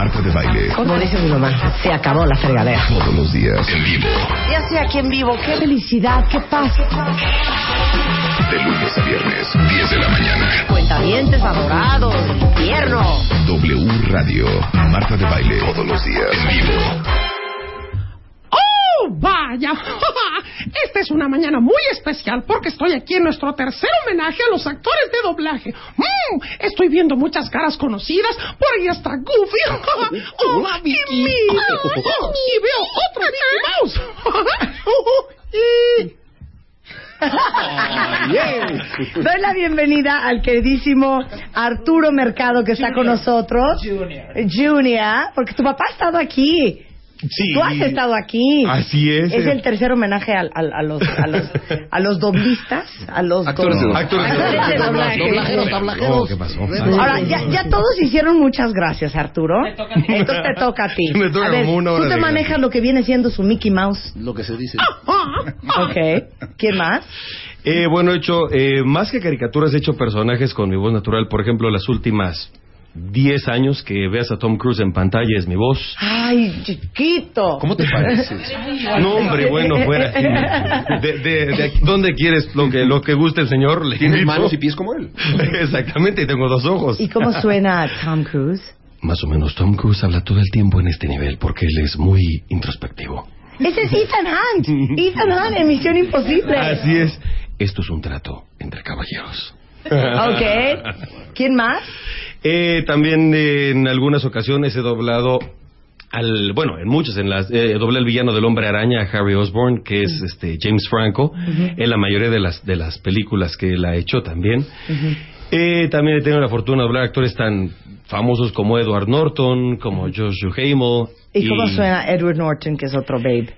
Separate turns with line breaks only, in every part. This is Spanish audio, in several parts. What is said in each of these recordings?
Marta de baile.
Como dice mi mamá, se acabó la fregadera.
Todos los días. En vivo.
Ya estoy aquí en vivo. Qué felicidad, qué paz.
De lunes a viernes. 10 de la mañana.
Cuentavientes adorados, tierno.
W Radio. Marta de baile. Todos los días. En vivo.
¡Oh, vaya! Esta es una mañana muy especial porque estoy aquí en nuestro tercer homenaje a los actores de doblaje. ¡Mmm! estoy viendo muchas caras conocidas. Por ahí está Goofy. Oh, ¡Hola, Vicky! Y veo otro Mickey Mouse. Y-
Doy la bienvenida al queridísimo Arturo Mercado que está con nosotros. Junior. Junior, porque tu papá ha estado aquí.
Sí.
Tú has estado aquí.
Así es.
Es el tercer homenaje al- al- a, los, a, los, a los doblistas, a los
Actores de
do-
doblaje.
actores de doblaje.
Doblajeros, doblajeros. ¿Qué pasó? Ah,
Ahora, ya, ya todos hicieron muchas gracias, Arturo. Entonces te toca a ti.
Me toca
a ver,
como una hora
tú te
de
manejas
gracia.
lo que viene siendo su Mickey Mouse.
Lo que se dice.
Ok. ¿Quién más?
Eh, bueno, he hecho, eh, más que caricaturas, he hecho personajes con mi voz natural. Por ejemplo, las últimas 10 años que veas a Tom Cruise en pantalla es mi voz.
Ay, chiquito.
¿Cómo te pareces?
No, hombre, bueno, fuera. sí. De, de- de aquí- ¿Dónde quieres? Lo que, lo que guste el señor. Le
Tienes
invito.
manos y pies como él.
Exactamente, y tengo dos ojos.
¿Y cómo suena Tom Cruise?
Más o menos, Tom Cruise habla todo el tiempo en este nivel porque él es muy introspectivo.
Ese es Ethan Hunt. Ethan Hunt en Misión Imposible.
Así es. Esto es un trato entre caballeros.
Ok. ¿Quién más?
Eh, también eh, en algunas ocasiones he doblado al, bueno, en muchas, en las, eh, doblé al villano del Hombre Araña, Harry Osborn, que
Mm.
es este James Franco, en la mayoría de las de las películas que él ha hecho también. Eh, también he tenido la fortuna de doblar actores tan famosos como Edward Norton, como Josh Duhamel.
¿Y cómo suena Edward Norton, que es otro babe?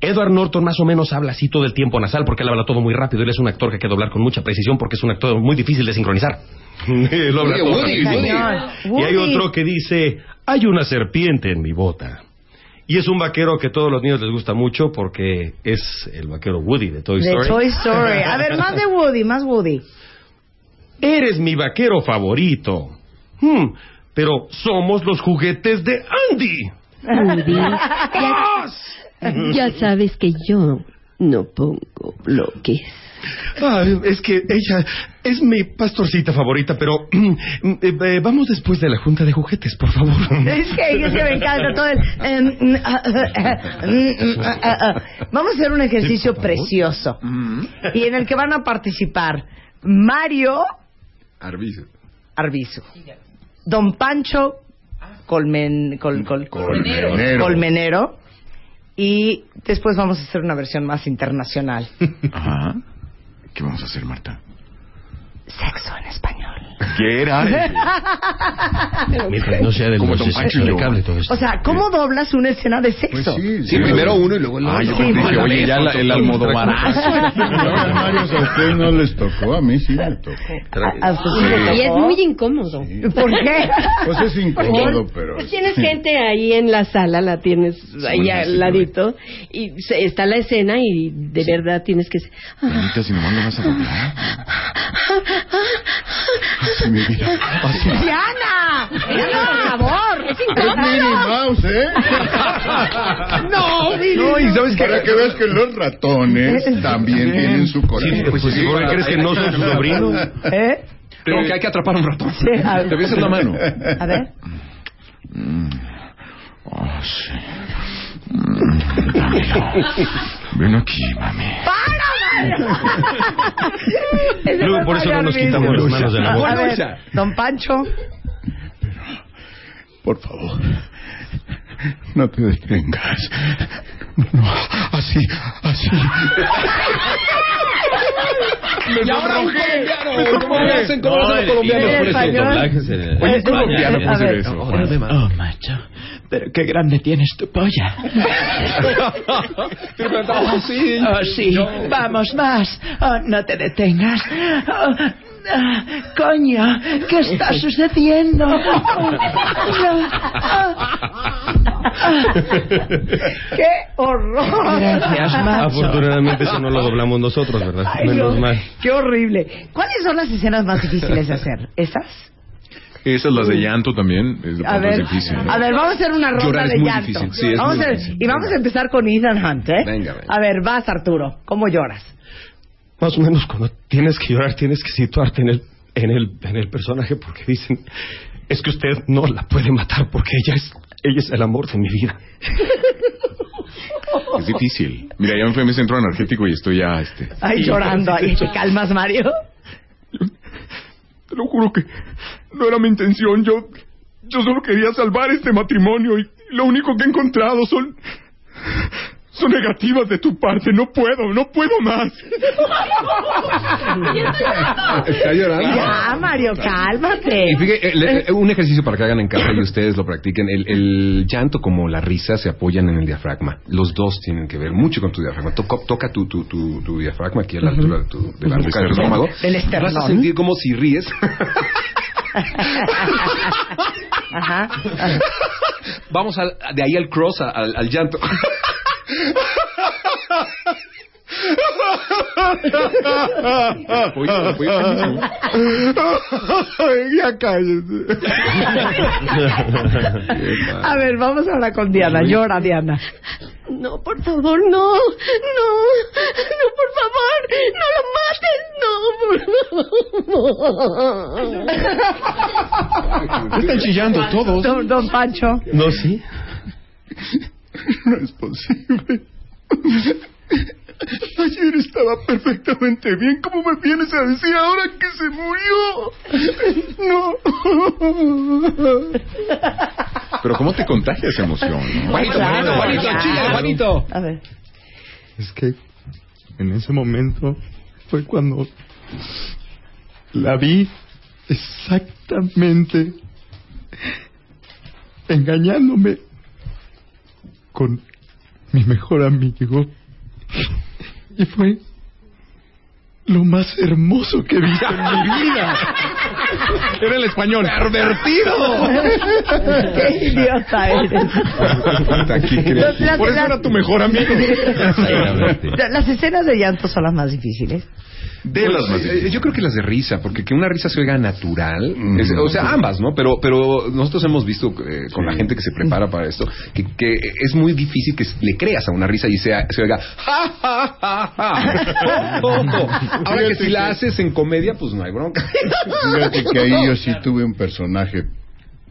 Edward Norton más o menos habla así todo el tiempo nasal porque él habla todo muy rápido. Él es un actor que hay que doblar con mucha precisión porque es un actor muy difícil de sincronizar. Él habla
Oye,
todo
Woody,
rapidísimo.
Woody.
Cañón.
Y hay
Woody.
otro que dice, hay una serpiente en mi bota. Y es un vaquero que a todos los niños les gusta mucho porque es el vaquero Woody de Toy
De
Story.
Toy Story. A ver, más de Woody, más Woody.
Eres mi vaquero favorito. Hmm, pero somos los juguetes de Andy.
Woody, ya sabes que yo no pongo bloques.
Ay, es que ella es mi pastorcita favorita, pero eh, eh, vamos después de la junta de juguetes, por favor.
Es que, es que me encanta todo el... em, mm, ah, ah, ah, mm, ah, ah, ah. Vamos a hacer un ejercicio precioso y en el que van a participar Mario
Arbizo.
Arbizu, Don Pancho Colmen, col- col-
Colmenero.
Colmenero, y después vamos a hacer una versión más internacional.
Ajá. ¿Qué vamos a hacer, Marta?
Sexo en español.
¿Qué era?
Mientras no sea del
Como Don Pancho y yo.
cable todo esto.
O sea, ¿cómo doblas una escena de sexo?
Sí, primero uno y luego el otro.
Ah, yo
Sí,
pensé que,
bueno,
oye, ya la- el almodovarazo.
Varios a ustedes no les tocó, a mí sí me tocó.
A- a usted sí le
Y es
tocó.
muy incómodo.
¿Por qué?
Pues es incómodo, pero...
Pues tienes gente ahí en la sala, la tienes ahí
Bueno, sí,
al ladito, y se- está la escena y de verdad tienes que... "Ah,
Manita, si nomás lo vas a doblar. Ay, mi vida. Ay,
¡Diana! ¡Diana, por favor! ¡Es
Es Minnie Mouse, ¿eh?
¡No,
no, y sabes
Para que veas que los ratones también tienen su corazón.
Sí, pues, ¿y por qué crees que no son sus sobrinos?
¿Eh?
Tengo que hay que atrapar un ratón.
Sí, a,
Te voy a hacer la mano.
a ver.
Mm. oh, sí. Mm, dámelo. Ven aquí, mami.
Ese
Luego,
fue
por eso no
Mario
nos
Arbizu.
quitamos las manos de la
A
boca.
ver,
Luisa.
Don Pancho.
Por favor. No te detengas. No, no, así, así.
Me
Y ahora un
sonrojé.
colombiano,
Me
¿cómo
sonrojé.
le hacen? ¿Cómo le hacen los
No,
colombianos?
y-
Por eso,
español.
doblajes en-
Oye,
en
un colombiano
España,
puede
a
hacer
ver,
eso.
ahora me mata.
Ah,
Oh, macho. Pero qué grande tienes tu polla.
Oh, sí.
Oh, sí. Vamos, más. Oh, no te detengas. Oh, ah, coño, ¿qué está sucediendo? Oh, no.
¡Qué horror!
Gracias,
Afortunadamente eso no lo doblamos nosotros, ¿verdad?
Ay,
Menos
no,
mal.
Qué horrible. ¿Cuáles son las escenas más difíciles de hacer? ¿Esas?
Esas las de llanto también. Es
A ver,
difícil. ¿no?
a ver, vamos a hacer una ronda
Llorar es
de
muy
llanto.
difícil, sí, es
vamos
muy
a ver,
difícil.
y vamos a empezar con Ethan Hunt, ¿eh?
Venga, venga.
A ver, vas Arturo, ¿cómo lloras?
Más o menos cuando tienes que llorar, tienes que situarte en el, en el, en el personaje porque dicen, es que usted no la puede matar porque ella es, ella es el amor de mi vida.
Es difícil. Mira, ya me fui a mi centro energético y estoy ya, este...
Ay, llorando, ahí te calmas, Mario.
Te lo juro que no era mi intención. Yo, yo solo quería salvar este matrimonio y lo único que he encontrado son... Son negativas de tu parte. No puedo, no puedo más.
Está llorando.
Ya, Ah, Mario, cálmate.
Y fíjate, eh, le- eh, un ejercicio para que hagan en casa y ustedes lo practiquen. El, el llanto como la risa se apoyan en el diafragma. Los dos tienen que ver mucho con tu diafragma. Toca, toca tu, tu, tu, tu diafragma aquí a la altura de, tu, de la
Ujú.
boca del
Del
estómago.
del esternón.
Vas a sentir como si ríes.
Ajá. ajá.
Vamos al- de ahí al cross, a- al, al llanto. Oye, oye, oye.
ya cállese.
ah".
A ver, vamos ahora con Diana. Llora, Diana.
No, por favor, no. No. No, por favor. No lo mates. No, por favor.
Están chillando todos.
Don, don Pancho.
No, sí.
No es posible. Ayer estaba perfectamente bien. ¿Cómo me vienes a decir ahora que se murió? No. Pero ¿cómo te contagia esa emoción?
Juanito, Juanito, Juanito,
Claro.
chilla, Juanito.
A ver.
Es que en ese momento fue cuando la vi exactamente engañándome con mi mejor amigo. Y fue lo más hermoso que he visto en mi vida. Era el español. ¡Pervertido!
Qué idiota eres.
Por eso era tu mejor amigo.
Las escenas de llanto son las más difíciles.
De las más difíciles. eh, yo creo que las de risa, porque que una risa se oiga natural, es- o sea, ambas, ¿no? Pero, pero nosotros hemos visto eh, con la gente que se prepara para esto que, que es muy difícil que le creas a una risa y sea, se oiga ja, ja, ja, ja. Ojo. Ahora que si la haces en comedia, pues no hay bronca.
Fíjate que ahí yo sí tuve un personaje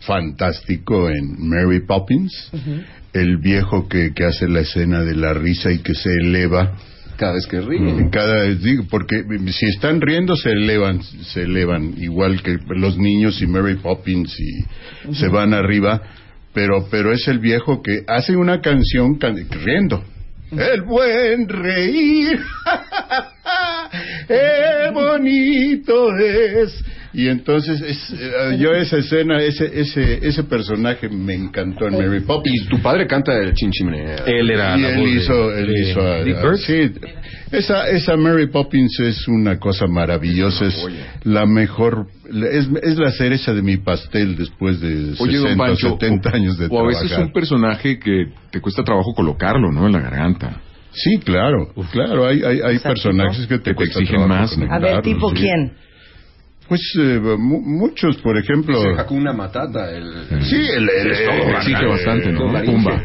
fantástico en Mary Poppins, el viejo que, que hace la escena de la risa y que se eleva.
Cada vez que
En
ríen.
cada digo, porque si están riendo se elevan, se elevan igual que los niños y Mary Poppins y se van arriba, pero pero es el viejo que hace una canción can- riendo. El buen reír, qué bonito es. Y entonces es, eh, yo esa escena, ese ese ese personaje me encantó en Mary Poppins.
Y tu padre canta el chin chin. eh,
Él era
Y
la
él
voz de-
hizo, él
de
hizo a-
Dick
a-
Bird.
sí. Esa, esa Mary Poppins es una cosa maravillosa, es la mejor, es, es la cereza de mi pastel después de
Oye, don
60 o
Pancho,
70 años de
o a veces
trabajar.
un personaje que te cuesta trabajo colocarlo, ¿no? En la garganta.
Sí, claro, claro, hay, hay, hay
sea,
personajes que te,
que te
cuesta
exigen
trabajo
más, ¿no?
A
conectarlos,
ver, ¿tipo
sí.
quién?
Pues eh, mu- muchos, por ejemplo.
Dice Hakuna Matata. El,
Sí, el, el-
Es todo,
el-
exige bastante, ¿no?
el- el-
Pumba.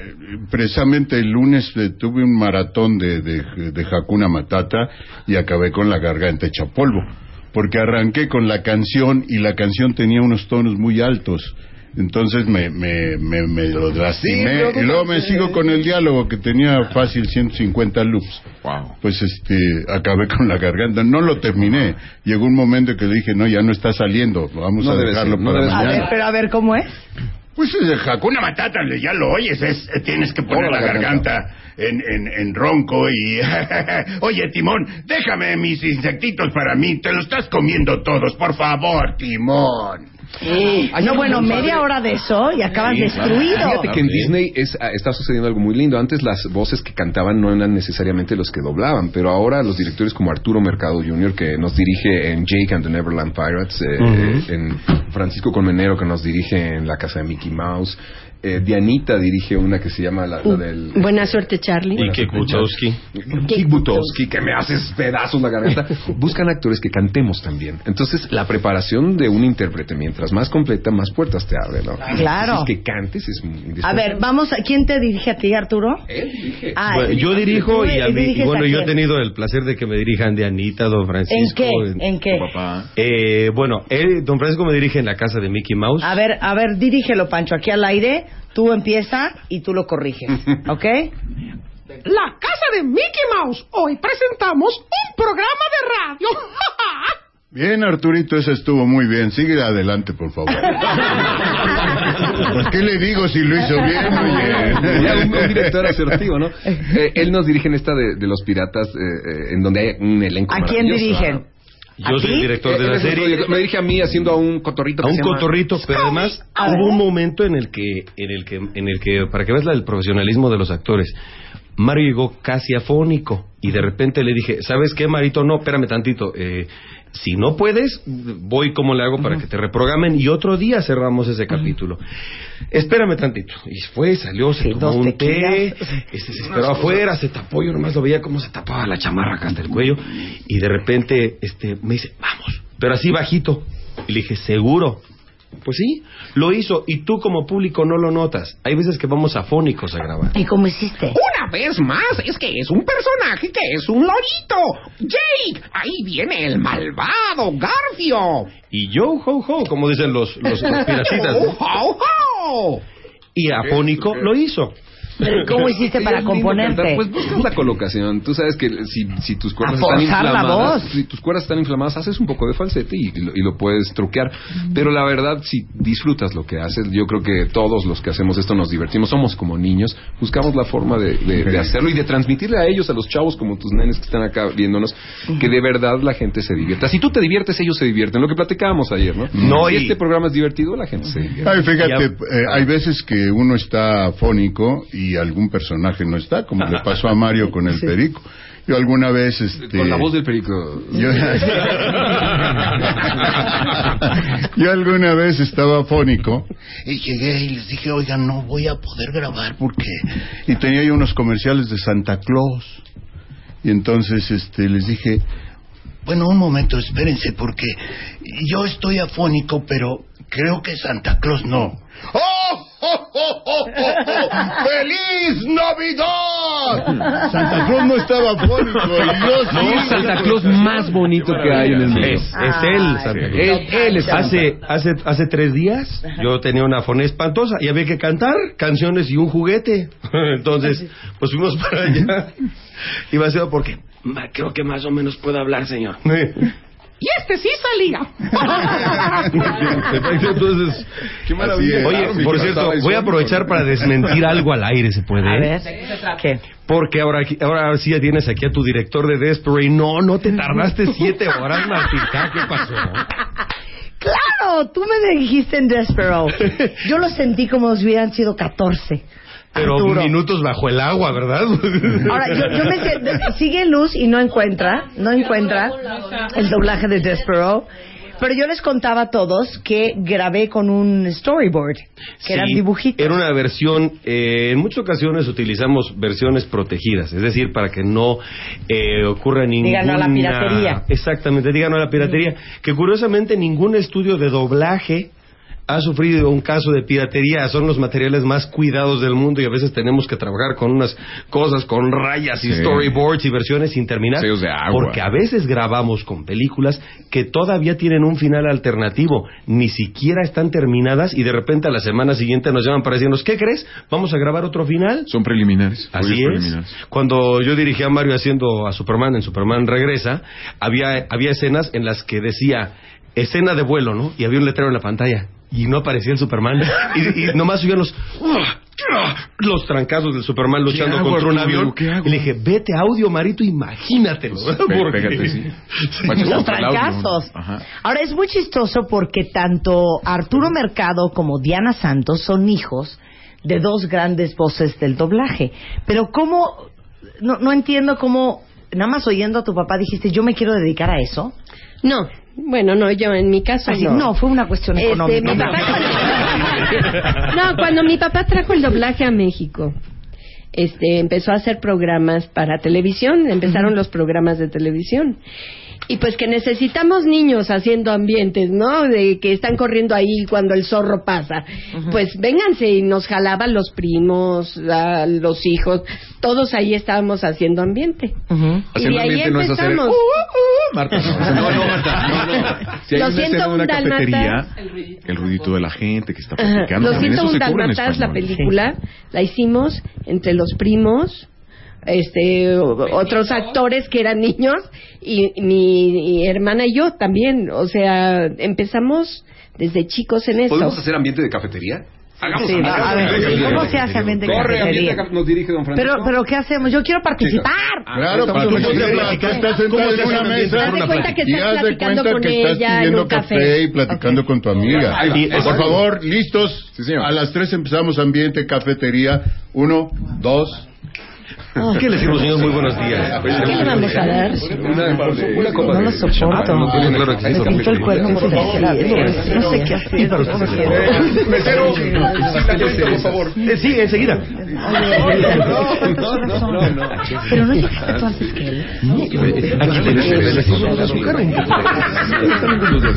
Precisamente el lunes eh, tuve un maratón de, de, de Hakuna Matata y acabé con la garganta hecha polvo. Porque arranqué con la canción y la canción tenía unos tonos muy altos. Entonces me, me, me, me lo lastimé y luego me sigo con el diálogo que tenía fácil 150 loops
Wow.
pues este acabé con la garganta no lo terminé llegó un momento que le dije no ya no está saliendo vamos
No
a
debe
dejarlo
ser, no
para
debe ser.
A ver,
mañana
pero a ver, ¿cómo es?
Pues eh, Hakuna Matata, ya lo oyes, es, eh, tienes que poner
Toda
la
la garganta.
garganta en, en, en ronco y... Oye, Timón, déjame mis insectitos para mí, te los estás comiendo todos, por favor, Timón.
Ay, Ah, no, bueno, media hora de eso y acabas destruido.
Fíjate que en Disney es- ah, está sucediendo algo muy lindo. Antes las voces que cantaban no eran necesariamente los que doblaban, pero ahora los directores como Arturo Mercado Jr., que nos dirige en Jake and the Neverland Pirates, eh,
Ujú.
en Francisco Colmenero, que nos dirige en La Casa de Mickey Mouse, eh, Dianita dirige una que se llama la, la del...
Buena suerte, Charlie.
Kick Butowski, que me haces pedazos la garganta. Buscan actores que cantemos también. Entonces, la preparación de un intérprete, mientras más completa, más puertas te abre. ¿no?
Claro.
Entonces, que cantes es muy indispensable.
A ver, vamos, a- ¿quién te dirige a ti, Arturo? Ah,
Bueno,
él.
yo dirijo
Tú
y, a mí- y
diriges
bueno,
a
yo he
quién?
tenido el placer de que me dirijan de Anita, Don Francisco.
qué? ¿En qué?
Eh, bueno, él- Don Francisco me dirige en la casa de Mickey Mouse.
A ver, a ver, dirígelo, Pancho, aquí al aire. Tú empieza y tú lo corriges, ¿ok?
La casa de Mickey Mouse. Hoy presentamos un programa de radio.
Bien, Arturito, eso estuvo muy bien. Sigue adelante, por favor. Pues, ¿Qué le digo si lo hizo bien? oye?
Ya, un, un director asertivo, ¿no? Eh, él nos dirige en esta de, de los piratas, eh, eh, en donde hay un elenco.
¿A quién
maravilloso,
dirigen?
¿no?
Yo soy el director de
Él
la
es el
serie.
director. Me dirige a mí haciendo a un cotorrito.
a
que
un
se llama-
cotorrito, pero además
A
hubo
ver.
un momento en el que, en el que, en el que, para que veas la del profesionalismo de los actores, Mario llegó casi afónico y de repente le dije, ¿sabes qué, Marito? No, espérame tantito. eh, si no puedes, voy como le hago para que te reprogramen y otro día cerramos ese capítulo. Espérame tantito. Y fue, salió, se tomó
dos
un té,
tequilas.
este, se esperó afuera, se tapó, yo nomás lo veía cómo se tapaba la chamarra acá hasta el cuello y de repente este, me dice, vamos, pero así bajito. Y le dije, seguro. Pues sí, lo hizo y tú como público no lo notas. Hay veces que vamos afónicos a grabar.
¿Y cómo hiciste?
Una vez más, es que es un personaje que es un lorito. Jake, ahí viene el malvado Garfio.
Y yo, ho, ho, como dicen los, los, los piratitas.
¡Oh,
¿no?
ho, ho!
Y afónico lo hizo.
¿Pero ¿Cómo hiciste
Sí,
para
es lindo cantar.
componerte?
Pues buscas la colocación. Tú sabes que si, si tus cuerdas
A
están
forzar la
inflamadas,
voz.
si tus cuerdas están inflamadas, haces un poco de falsete y, lo, y lo puedes truquear. Pero la verdad, si disfrutas lo que haces, yo creo que todos los que hacemos esto nos divertimos. Somos como niños, buscamos la forma de, de- de hacerlo y de transmitirle a ellos, a los chavos como tus nenes que están acá viéndonos, que de verdad la gente se divierta. Si tú te diviertes, ellos se divierten. Lo que platicábamos ayer, ¿no?
No,
si
y-
este programa es divertido, la gente se divierte.
Ay, fíjate, eh, hay veces que uno está afónico y algún personaje no está, como le pasó a Mario con el perico. Yo alguna vez, este,
Con la voz del perico.
yo, Yo alguna vez estaba afónico
Y llegué y les dije, oigan, no voy a poder grabar porque...
y tenía yo unos comerciales de Santa Claus y entonces, este, les dije,
Bueno, un momento, espérense, porque yo estoy afónico, pero creo que Santa Claus no. ¡Oh! ¡Oh, oh, oh, oh, oh! feliz Navidad!
Santa Claus no estaba afónico y yo sí.
No, Santa Claus más bonito que hay en el mundo.
Es, Ah, es él, Santa Cruz.
Él- él es
hace, hace, hace tres días yo tenía una fonía espantosa y había que cantar canciones y un juguete. Entonces, pues fuimos para allá. Y va a ser porque ma- creo que más o menos puedo hablar, señor.
Y este sí salía.
Entonces,
Qué maravilla.
Oye, por cierto, voy a aprovechar para desmentir algo al aire, ¿se puede?
A ver, ¿qué?
Porque ahora, aquí- ahora sí ya tienes aquí a tu director de Desperate. No, no te tardaste siete horas, Martín. ¿Qué pasó?
Claro, tú me dijiste en Despero. Yo lo sentí como si hubieran sido 14.
Pero
Arturo.
minutos bajo el agua, ¿verdad?
Ahora, yo, yo me sé- sigue Luz y no encuentra, no encuentra el doblaje de Despero. Pero yo les contaba a todos que grabé con un storyboard, que eran
Sí,
dibujitos.
Era una versión, eh, en muchas ocasiones utilizamos versiones protegidas, es decir, para que no eh, ocurra ninguna...
Digan no a la piratería.
Exactamente, digan no a la piratería. Que curiosamente ningún estudio de doblaje ha sufrido un caso de piratería, son los materiales más cuidados del mundo y a veces tenemos que trabajar con unas cosas, con rayas y
Sí.
storyboards y versiones sin terminar,
Sellos de agua.
porque a veces grabamos con películas que todavía tienen un final alternativo, ni siquiera están terminadas y de repente a la semana siguiente nos llaman para decirnos, ¿qué crees? ¿Vamos a grabar otro final?
Son preliminares.
Así es. Cuando yo dirigí a Mario haciendo a Superman en Superman Regresa, había, había escenas en las que decía, escena de vuelo, ¿no? Y había un letrero en la pantalla. Y no aparecía el Superman. Y, y nomás subían los... Los trancazos del Superman luchando
hago,
contra un
Arturo?
avión.
¿Qué hago?
Y le dije, vete a audio, Marito, imagínatelo.
Pe-
Porque-
pégate, Pues, sí.
Sí.
Machas
Los
contra el audio.
trancazos.
Ajá.
Ahora es muy chistoso porque tanto Arturo Mercado como Diana Santos son hijos de dos grandes voces del doblaje. Pero cómo, no, no entiendo cómo, nada más oyendo a tu papá dijiste, yo me quiero dedicar a eso.
No, bueno, no, yo en mi caso
Así,
no.
no, fue una cuestión
Este,
económica.
mi papá cuando- No, cuando mi papá trajo el doblaje a México, este, empezó a hacer programas para televisión, empezaron los programas de televisión. Y pues que necesitamos niños haciendo ambientes, ¿no? De que están corriendo ahí cuando el zorro pasa. Pues vénganse y nos jalaban los primos, a los hijos, todos ahí estábamos haciendo ambiente. Y
Haciendo
de ahí
ambiente no es hacer el,
empezamos.
"Uh, uh, uh", Marta, no, o sea, no, no, Marta, no, no. Si hay
Lo
una
siento,
escena de una
un dálmata.
cafetería, el ruidito de la gente que está
Ajá.
platicando.
Los
también eso
101
se cubre en
Dalmatas, la
español.
película, la hicimos entre los primos, este, o- otros actores que eran niños, y mi hermana y yo también. O sea, empezamos desde chicos en eso.
¿Podemos hacer ambiente de cafetería? Hagamos
Sí,
ambiente
a
de
ver,
cafetería.
¿cómo se hace ambiente de
Corre, ambiente de
cafetería?
cafetería. Nos dirige don Francisco.
Pero, pero ¿qué hacemos? Yo quiero participar.
Ah,
Claro,
estamos
para que
hablando de
tú
platicar.
estás sentado
¿Cómo se
en
hace
Pues una
ambiente?
mesa
Haz de cuenta que
y
estás
haz de
platicando
cuenta
con
que estás
ella en
pidiendo
un café.
y platicando con tu amiga.
Ahí va,
Y,
exacto.
por favor, listos.
Sí, señor.
A las tres empezamos ambiente, cafetería. Uno, dos.
¿Qué le decimos, señor? Muy buenos días.
¿Qué Oh. le vamos a dar?
Una, una copa
No
de-
lo soporto.
Ah, tiene claro que sí,
Me
son
pinto el cuerno por
películas. Por favor.
tercera vez. No sé qué hacer. no sé qué hacer.
Eh, Mesero, sí, la cuenta, por favor.
Eh, sí, enseguida.
Pero no llegaste tú antes que él.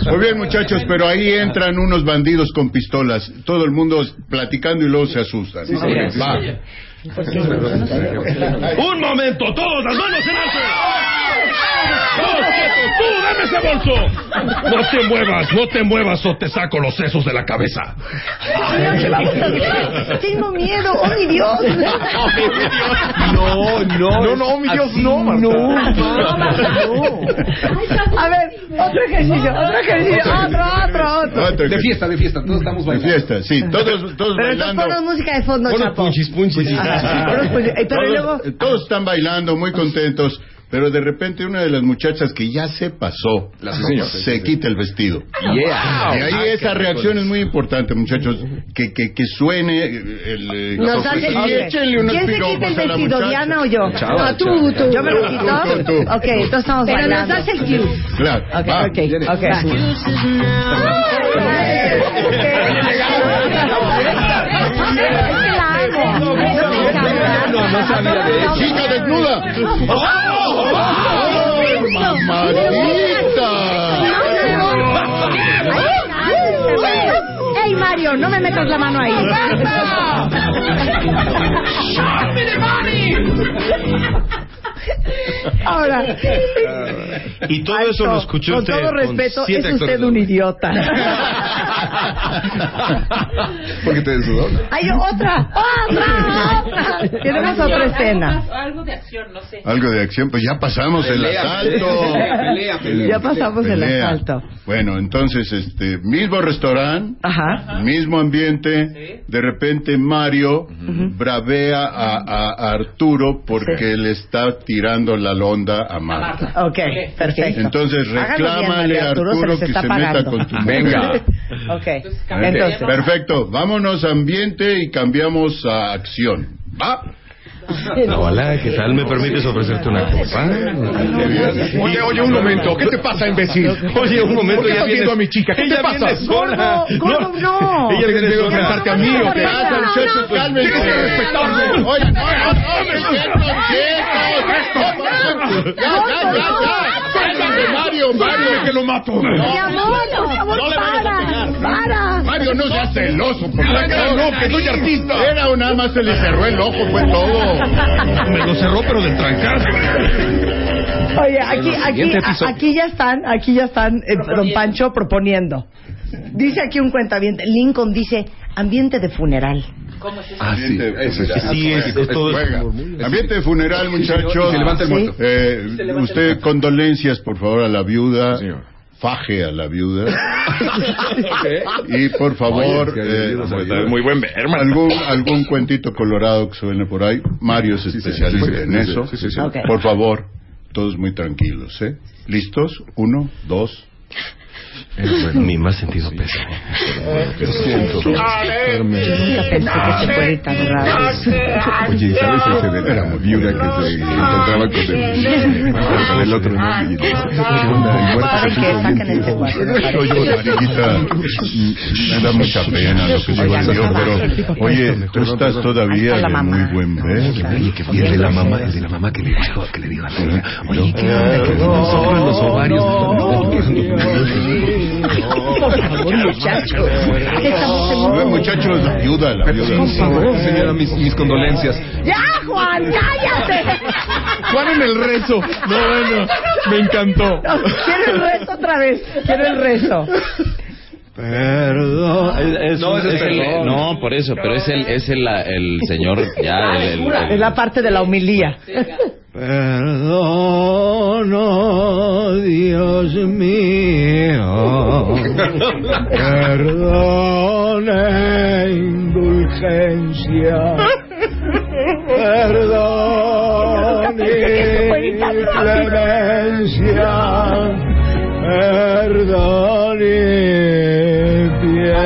Muy bien, muchachos, pero ahí entran unos bandidos con pistolas. Todo el mundo platicando y luego se asustan. Va.
Pues,
¡Un momento! ¡Todos las manos en alto! ¡Todos quietos! ¡Tú, dame ese bolso! ¡No te muevas! ¡No te muevas o te saco los sesos de la cabeza!
Tengo miedo. ¡Oh, mi Dios!
No, no. No, no, mi Dios, no,
No. A ver, otro ejercicio, otro ejercicio, otro, otro, otro.
Otro
De
que-
fiesta, de fiesta, todos estamos
De
bailando.
fiesta, sí. Todos, todos
Pero entonces
bailando.
ponos música de fondo, Chapo.
punchis.
Ponos punchis. Eh, Pues Pero luego... Pues-
Todos, todos están bailando, muy contentos. Pero de repente una de las muchachas que ya se pasó
La señora.
se quita el vestido.
Ah, Yeah.
Y ahí esa reacción es muy importante, muchachos. Que, que, que suene el... eh,
Nos
la
hace-
sorpresa. Y échenle unos
¿Quién se quita
piropos
el
a la
vestido,
muchacha.
Diana o yo?
Chava,
no, tú, tú.
¿Yo me lo quito?
Tú, tú, tú.
Ok, entonces estamos
Pero nos
bailando.
das el clue.
Claro.
Ok,
va.
ok, ok.
No, no sabía de eso.
¡Chica desnuda! ¡Oh, ¡Maldita!
¡Ey, Mario! No me metas la mano ahí. Ahora,
Y todo eso lo escuchó
con
usted.
todo respeto, es
siete
usted
actores.
un idiota.
Porque te desnudó.
Hay otra, otra, otra. Tenemos otra escena.
Algo de acción, pues ya pasamos el
Pelea,
asalto.
pelea, pelea, pelea.
Ya pasamos el
Pelea.
asalto.
Bueno, entonces, este, mismo restaurante,
Ajá.
mismo ambiente. De repente Mario bravea a, a- a Arturo porque le está tirando la londa a Marta.
Ok, perfecto.
Entonces
Hágalo bien,
reclámale
María
a Arturo
les
que
está
se meta
pagando.
con tu
Venga.
mujer.
Ok, entonces.
Perfecto, vámonos a ambiente y cambiamos a acción.
Ah,
¿Va?
Hola, ¿qué tal? ¿Me permites ofrecerte una copa?
Oye, oye, un momento, ¿qué te pasa, imbécil?
Oye, un momento,
¿Por
ya
qué estás
viene-
viendo a mi chica? ¿Qué te
ella
pasa?
viene sola.
Gordo, gordo, no.
Ella viene
Tengo que
sola.
besarte a mí, ¿o qué? Muchachos, cálmense.
Tienes que respetarme.
Oye, no, no, no, me siento quieto. Ya, ya, ya, ya. Cálmate, Mario, Mario. que lo mato.
Mi amor, por favor,
No le vayas a
para,
pegar.
para.
Mario, no seas celoso, por
La cara no,
favor.
que soy artista.
Era o nada más se le cerró el ojo, fue todo.
Me lo cerró, pero del trancazo.
Oye, aquí, aquí,
siguiente episodio.
aquí ya están, aquí ya están, eh, don Pancho proponiendo. Dice aquí un cuentaviente, Lincoln dice, ambiente de funeral.
Ah, sí. Eso es.
Sí, Pues es, es todo.
eh,
este
Juega. Ambiente de funeral, muchachos.
Y se levanta el muerto.
Eh, usted, condolencias, por favor, a la viuda.
señor.
faje a la viuda. Y por favor,
Oye, que
eh,
Dios nos ayude. Muy buen Berman.
algún, algún cuentito colorado que suene por ahí. Mario es especialista
sí, sí,
en
sí,
eso.
sí, sí, sí.
Ok.
Ok.
Por favor, todos muy tranquilos. ¿eh? ¿Listos? Uno, dos.
Mi más sentido peso.
eh,
Lo siento.
Nunca pensé que se puede tan raro.
Oye, ¿sabes ese de la viuda que se encontraba con el, con el otro? ¿no? Y dice, ¿qué onda? El muerto se
Saben que
puso bien
saquen este guapo.
pues, Yo, yo, Mariquita, me da mucha pena lo que se
Oigan,
valió,
mamá.
pero oye, tú estás todavía
Ahí está la
de muy
mamá.
buen ver. ¿eh?
Y el de la mamá, el de la mamá que le dijo, que le dijo a la señora, oye, ¿qué onda? Que nos sobran los ovarios.
Por favor, muchachos. Estamos en
Ve,
un...
Muchachos, la viuda, la viuda.
Por favor, señora, mis, mis condolencias.
¡Ya, Juan! ¡Cállate!
Juan en el rezo. No, bueno, me encantó.
Quiero el rezo otra vez. Quiero el rezo.
Perdón. no,
ese es
el-
perdón.
no, por eso, pero es el, es el, el señor ya. El, el- el-
Es la parte de la homilía.
Perdón, oh, Dios mío. Perdón, e indulgencia. Perdón, y clemencia. Perdón, y
Comió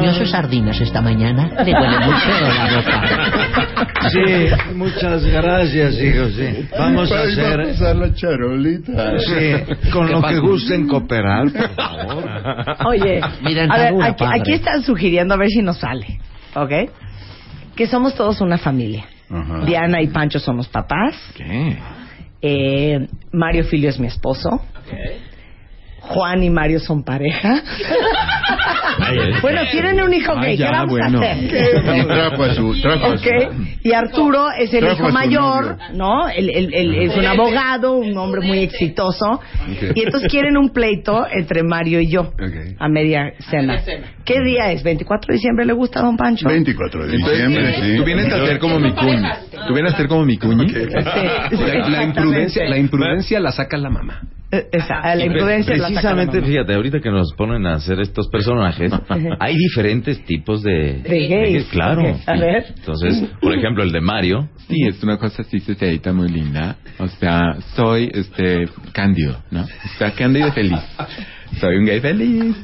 piedad.
sus sardinas esta mañana. Le huele mucho la boca.
Sí, muchas gracias, hijos. sí. Vamos a
Ahí va a
hacer.
pasar la charolita.
Sí, con lo que gusten cooperar, por favor.
Oye,
Mira,
a ver,
dentadura,
aquí,
padre.
aquí están sugiriendo a ver si nos sale, ¿ok? Que somos todos una familia.
Ah.
Ajá.
Diana y Pancho somos papás. Eh, Mario Filio es mi esposo. Juan y Mario son pareja. bueno, tienen un hijo gay. ¿Qué
ya,
vamos
bueno.
a hacer?
Y trajo a su, trajo a su.
Okay. Y Arturo es el
Trajo a
hijo
su
mayor,
novio.
¿no? Él, él- él es un abogado, un hombre muy exitoso. Y entonces quieren un pleito entre Mario y yo
Ok.
a media cena. ¿Qué día es? ¿24 de diciembre le gusta a don Pancho?
24 de diciembre, sí.
Tú vienes a ser como mi cuñi. Tú vienes a ser como mi cuñi. La, la imprudencia, la imprudencia la saca la mamá.
Eh, esa, a la imprudencia la saca la
Precisamente,
mamá.
fíjate, ahorita que nos ponen a hacer estos personajes, hay diferentes tipos de,
De gays.
Claro.
Ok, a ver.
Entonces, por ejemplo, el de Mario.
Sí, es una cosa así sucedita muy linda. O sea, soy este cándido, ¿no? O sea, cándido feliz. Soy un gay feliz.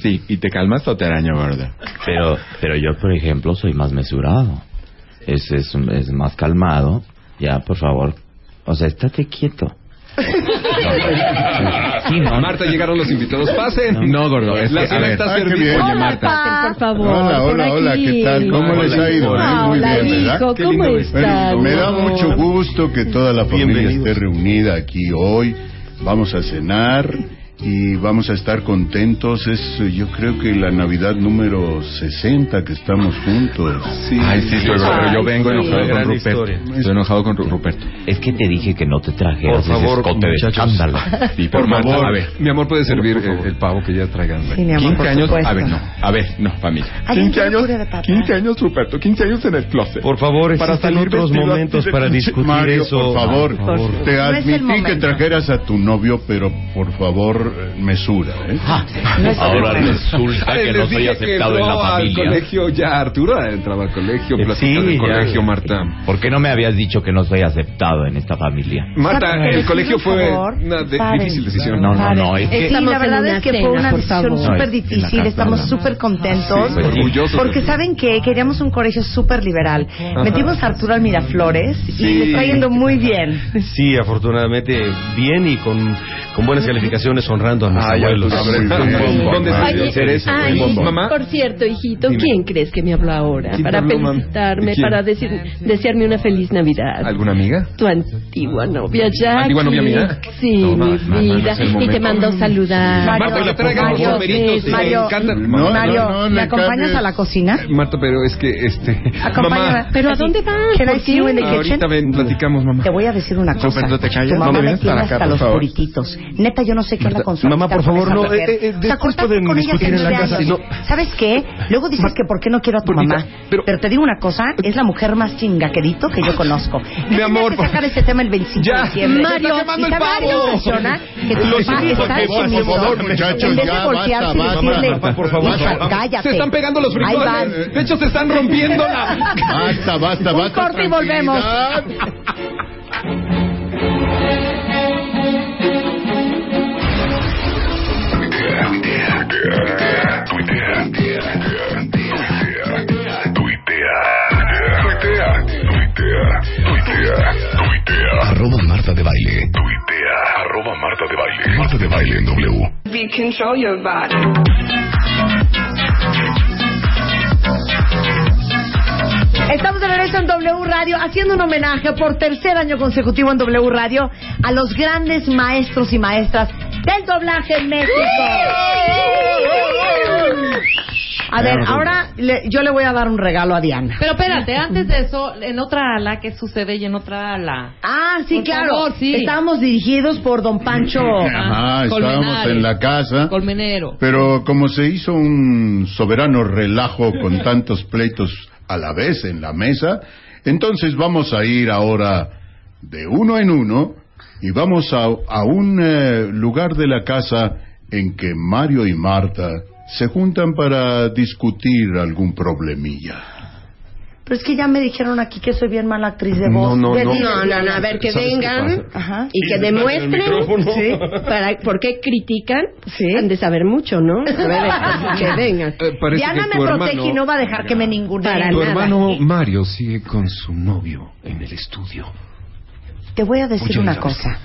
Sí, y te calmas o te araño, gordo.
Pero, pero yo, por ejemplo, soy más mesurado. Es, es, es más calmado. Ya, por favor. O sea, estate quieto. Sí, no,
Marta, llegaron los invitados. Pasen.
No, gordo, es
La
que, a
cena
ver.
está
Ah, qué
servida.
bien.
Oye,
Hola,
Marta.
pa, por favor.
Hola,
por
hola, hola,
aquí.
¿qué tal? ¿Cómo les ha ido?
Hola,
Muy bien,
hijo,
¿verdad?
Qué
¿cómo
lindo ves.
estás?
Me da mucho gusto que toda la familia
Bienvenidos.
esté reunida aquí hoy. Vamos a cenar y vamos a estar contentos. Es, eh, yo creo que la Navidad número 60 que estamos juntos.
Ay, sí, suegro, pero yo vengo
sí.
enojado
Gran
con Ruperto.
historia.
Estoy enojado con Ru- Ruperto.
Es que te dije que no te trajeras
Por favor,
ese escote de
muchachos.
escándalo.
Sí,
Por
pero Marta,
favor,
a ver.
mi amor, puede servir eh, el, el pavo que ya traigan. ¿eh?
Sí, mi amor,
15
por
años,
supuesto.
a ver, no, a ver, no, familia.
Ay,
15
qué
años,
locura de papá.
15 años, Ruperto, 15 años en el closet.
Por favor,
Para
existen
salir
otros
vestido
momentos
así de
para
pinche
discutir
Mario,
eso.
por favor,
Por favor.
te
No es el
admití que
momento.
trajeras a tu novio, pero por favor, eh, mesura. ¿eh?
No es-
Ah, Ahora resulta que no soy aceptado en la
Al
familia.
colegio ya, Arturo entraba al colegio,
Eh,
platicaba
sí,
del
ya.
colegio, Marta.
¿Por qué no me habías dicho que no soy aceptado en esta familia?
Marta,
Paren,
el colegio
por
fue
favor,
una de-
paren.
difícil decisión.
No, no, no,
Sí,
es que...
la
Estamos
verdad
en una
es que fue
cena,
una
por
decisión
favor.
súper
No, es en la
difícil,
casa,
estamos
¿no?
súper contentos.
Sí, orgullosos.
Porque saben qué? que queríamos un colegio súper liberal. Metimos a Arturo al Miraflores y le está yendo muy bien.
Sí, afortunadamente, bien y con, con buenas calificaciones, honrando a mis
Ay, pues,
abuelos.
a ver,
Sí.
¿dónde está
Oye,
Teresa?
ay,
Mamá.
por cierto, hijito,
Dime.
¿quién crees que me habló ahora?
¿Quién te
Para
habló, mam?
felicitarme,
¿Quién?
para decir- desearme una feliz Navidad.
¿Alguna amiga?
Tu antigua novia, Jackie.
¿Antigua novia mía?
Sí,
No,
mi
ma- ma- ma- no
vida.
es el
y te
momento.
mandó saludar.
Mario,
Marta, que traigan los
Mario,
sombreritos,
sí,
sí,
Mario.
me encantan.
No,
Mario,
no, no,
¿me
le
acompañas
cambies.
a la cocina?
Marta, pero es que este.
Acompáñame.
¿Pero a dónde van?
Can I
¿Por
see you
qué?
in the kitchen?
Ahorita ven, platicamos, mamá.
Te voy a decir una cosa.
Ruperto, ¿te callas?
Tu
¿No
mamá
me
me
vienes
tiene
para acá,
hasta
por
los
favor?
purititos. Neta, yo no sé qué es la con su
Mamá,
amistad
por
con
favor,
esa
no,
mujer.
eh, eh,
O sea,
después
cortaste
pueden
con ella hace
discutir en la
nueve
casa,
años. ¿Sabes qué? Luego dices que por qué no quiero a tu mamá. Pero, te digo una cosa, es la mujer más chingaquerito que yo conozco. Mi amor, que sacar este tema el 25 de diciembre.
Mario,
Está
quemando
quemando
el
el
pavo.
persona que tu
Lo
papá
hicimos
está
porque vos,
definiendo,
por favor, muchachos,
en vez de
ya,
voltearse
basta,
y
basta,
decirle,
basta, por favor,
"Hija,
vamos.
cállate.
Se están pegando los frijoles.
Ahí van.
De hecho, se están rompiendo la-
Basta, basta,
Un
basta.
corte y volvemos.
Arroba Marta de Baile. Tuitea. Arroba Marta de Baile. Marta de Baile en W.
We control your body.
Estamos de regreso en W Radio haciendo un homenaje por tercer año consecutivo en W Radio a los grandes maestros y maestras del doblaje en México. A ver, ahora le- yo le voy a dar un regalo a Diana.
Pero espérate, antes de eso, en otra ala, ¿qué sucede? Y en otra ala.
Ah, sí,
Por
claro.
favor, sí.
Estábamos dirigidos por don Pancho.
Ajá, estábamos en la casa.
Colmenero.
Pero como se hizo un soberano relajo con tantos pleitos a la vez en la mesa, entonces vamos a ir ahora de uno en uno y vamos a, a un eh, lugar de la casa en que Mario y Marta se juntan para discutir algún problemilla.
Pero es que ya me dijeron aquí que soy bien mala actriz de voz.
No, no,
De-
no.
No, no, no, a ver, que
¿Sabes qué
vengan
pasa?
Ajá.
y que
Sí,
demuestren
el micrófono.
¿sí? para, por qué critican, han de saber mucho, ¿no? A
eh,
ver, que vengan.
Eh, parece
Diana
que
me
tu
protege
hermano-
y no va a dejar que me ninguna.
tu hermano Mario sigue con su novio en el estudio.
Te voy a decir
Oye,
una
mira,
cosa.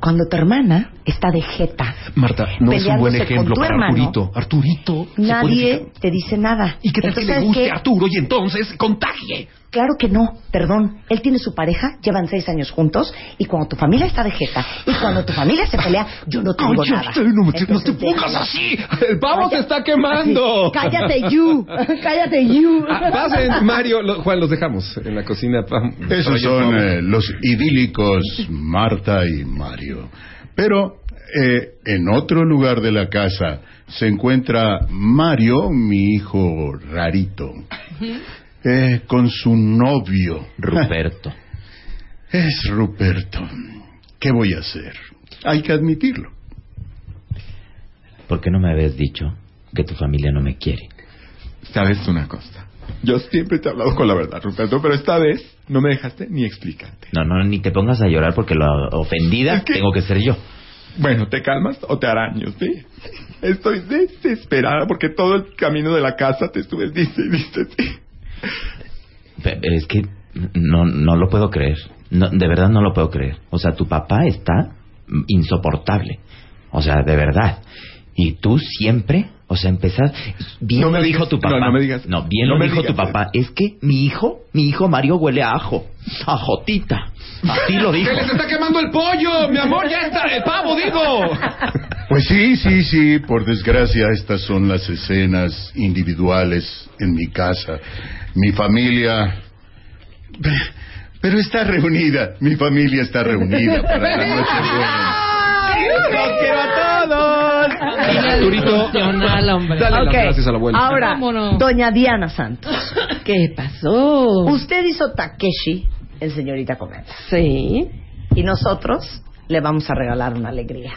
Cuando tu hermana está de jeta,
Marta, no es un buen
Peleándose con
ejemplo
tu
para
hermano.
Arturito. Arturito. se puede
nadie te dice nada. ¿Y
que tal que le guste a Arturo y entonces contagie?
Claro que no, perdón. Él tiene su pareja, llevan seis años juntos, y cuando tu familia está de jeta, y cuando tu familia se pelea, yo no tengo
Oye,
nada.
usted no me- no te
Entonces,
pongas
déjame.
así.
El pavo se está
Así.
quemando.
Cállate, you. Cállate, you.
Ah, Pasen, Mario, lo- Juan, los dejamos en la cocina. pam.
Esos son eh, los idílicos Marta y Mario. Pero eh, en otro lugar de la casa se encuentra Mario, mi hijo rarito, eh, con su novio.
Ruperto.
es Ruperto. ¿Qué voy a hacer? Hay que admitirlo.
¿Por qué no me habías dicho que tu familia no me quiere?
Sabes una cosa. Yo siempre te he hablado con la verdad, Ruperto, pero esta vez no me dejaste ni explicar.
No, no, ni te pongas a llorar porque la ofendida tengo que ser yo.
Bueno, te calmas o te araño, ¿sí? Estoy desesperada porque todo el camino de la casa te estuve dice y dice.
Pe- Es que no, no lo puedo creer. No, de verdad no lo puedo creer. O sea, tu papá está insoportable. O sea, de verdad. Y tú siempre, o sea, empezar. Bien
No me
lo
digas-
dijo tu papá.
no, no me digas-
No, bien
no
lo
me
dijo
digas
tu papá. Es que mi hijo, mi hijo Mario huele a ajo. A jotita. Así lo dijo.
¡Que les está quemando el pollo! ¡Mi amor, ya está! ¡El pavo, digo!
Pues sí, sí, sí, por desgracia estas son las escenas individuales en mi casa. Mi familia... Pero está reunida, mi familia está reunida para la noche buena.
¡Los quiero a todos!
Arturito, dale las
Ok,
gracias al abuelo.
Ahora, doña Diana Santos.
¿Qué pasó?
Usted hizo Takeshi en Señorita Cometa.
Sí.
Y nosotros le vamos a regalar una alegría.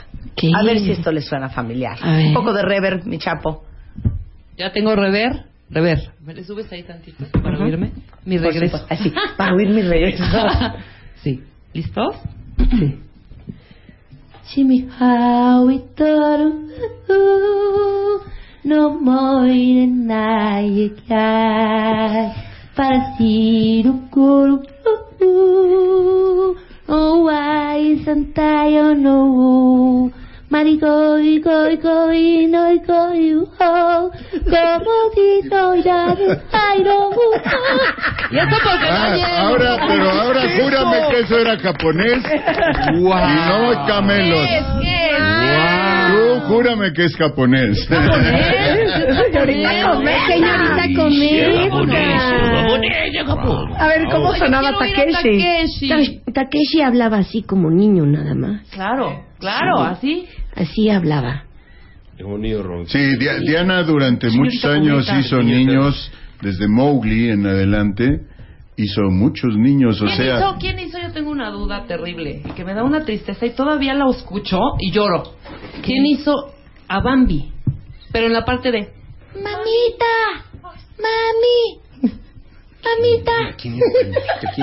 A ver si esto le suena familiar.
A ver.
Un poco de rever, mi chapo.
Ya tengo rever. Rever. ¿Me le subes ahí tantito para oírme? Mi
Por
regreso.
supuesto, Así, para oír mi regreso.
sí. ¿Listos?
Jimmy Howie toru No moire naie kai Para siru kuru O wai santayo no Mari goi goi goi noi goi ho Como si goi da ai no
Y esto porque no
Ah,
llego.
ahora, pero ahora
¿Qué es
júrame
eso?
que eso era japonés. Y no camelos.
¿Qué es? ¿Qué es?
Tú Júrame que es japonés.
Señorita Comer.
Señorita
Ay,
Comer.
A ver, ¿cómo sonaba Takeshi?
Ta- Takeshi hablaba así como niño nada más.
Claro, claro, así.
Así hablaba.
Sí, Dia- Diana durante muchos años
bonita,
hizo niños, desde Mowgli en adelante, hizo muchos niños, o
¿Quién
sea...
hizo? ¿Quién hizo? Yo tengo una duda terrible y que me da una tristeza y todavía la escucho y lloro. ¿Quién hizo a Bambi? Pero en la parte de
Mamita, mami, mamita.
¿Quién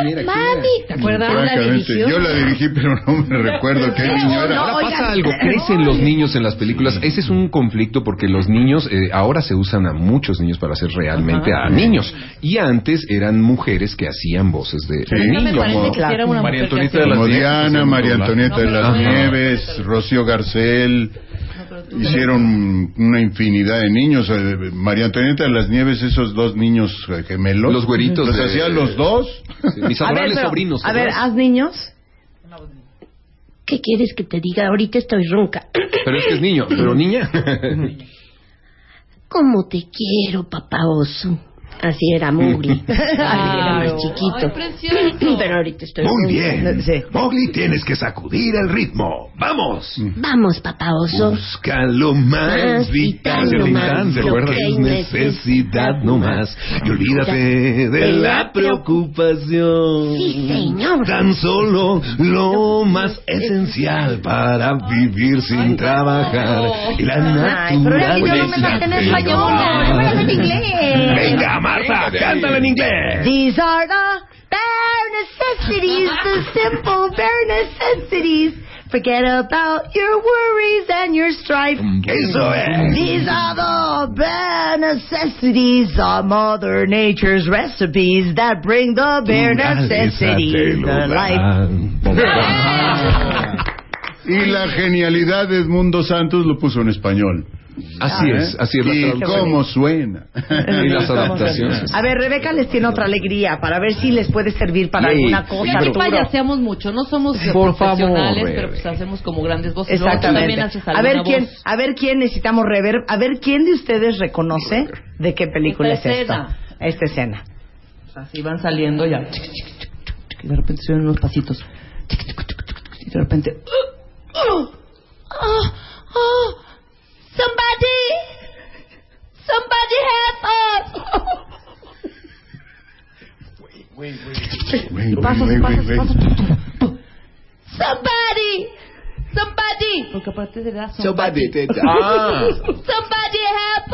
era?
Mami, ¿te acuerdas?
Francamente, yo la dirigí, pero no me recuerdo qué niño era.
Ahora pasa algo, crecen los niños en las películas. Ese es un conflicto porque los niños eh, ahora se usan a muchos niños para hacer realmente
Ajá.
a niños. Y antes eran mujeres que hacían voces de
Sí, Pero no me parece
como
que hiciera una
María
mujer que
Antonieta de las
hacía voces.
Nieves, hacía
Como Diana,
un
María
doblaje.
Antonieta de las
Ajá.
Nieves, Rocío Garcel, hicieron una infinidad de niños. eh, María Antonieta de las Nieves, esos dos niños eh, gemelos.
Los güeritos
Los
de-
hacían los dos.
Mis
a ver, pero- a ver, haz niños.
¿Qué quieres que te diga? Ahorita estoy ronca.
Pero es que es niño, pero niña.
¿Cómo te quiero, papá oso? Así era Mowgli. Así era más chiquito. Pero ahorita estoy
Muy
ronca.
bien. Mowgli, tienes que sacudir el ritmo. ¡Vamos!
Vamos, papá oso.
Busca lo más
Más
vital,
vital,
lo
lo
más
más,
¿te
lo
acuerdas?
que
Es
hay
necesidad no más. Y olvídate de la preocupación.
Sí, señor.
Tan solo lo más esencial para vivir sin trabajar. Y la
Ay, pero es
naturaleza.
que yo no me sé en
te
español,
llama.
yo me la sé en inglés.
Venga, Marta, cántala en inglés.
These are the bare necessities, the simple bare necessities. Forget about your worries and your strife.
Eso es.
These are
the bare necessities are Mother Nature's recipes that bring the bare necessities to life.
Y la genialidad de Edmundo Santos lo puso en español. Ah, ¿eh?
Así es, así es la
Y
traducción.
cómo suena.
Y las adaptaciones.
A ver, Rebeca les tiene otra alegría para ver si les puede servir para
Sí,
alguna
Oye,
cosa.
que
Arturo.
payaseamos mucho, no somos eh,
Por
profesionales,
favor,
pero pues hacemos como grandes voces. Luego tú también
Exactamente.
haces
A ver
alguna
quién,
voz.
a ver quién necesitamos reverb, a ver quién de ustedes reconoce de qué película
Esta
es
escena.
esta. Esta escena.
Así van saliendo ya. Y de repente suben unos pasitos. Y de repente.
Oh, oh, oh. Somebody! Somebody help us!
Güey, güey, güey, güey.
Somebody! Somebody!
Porque aparte de la
somebody.
Somebody. Ah.
Somebody help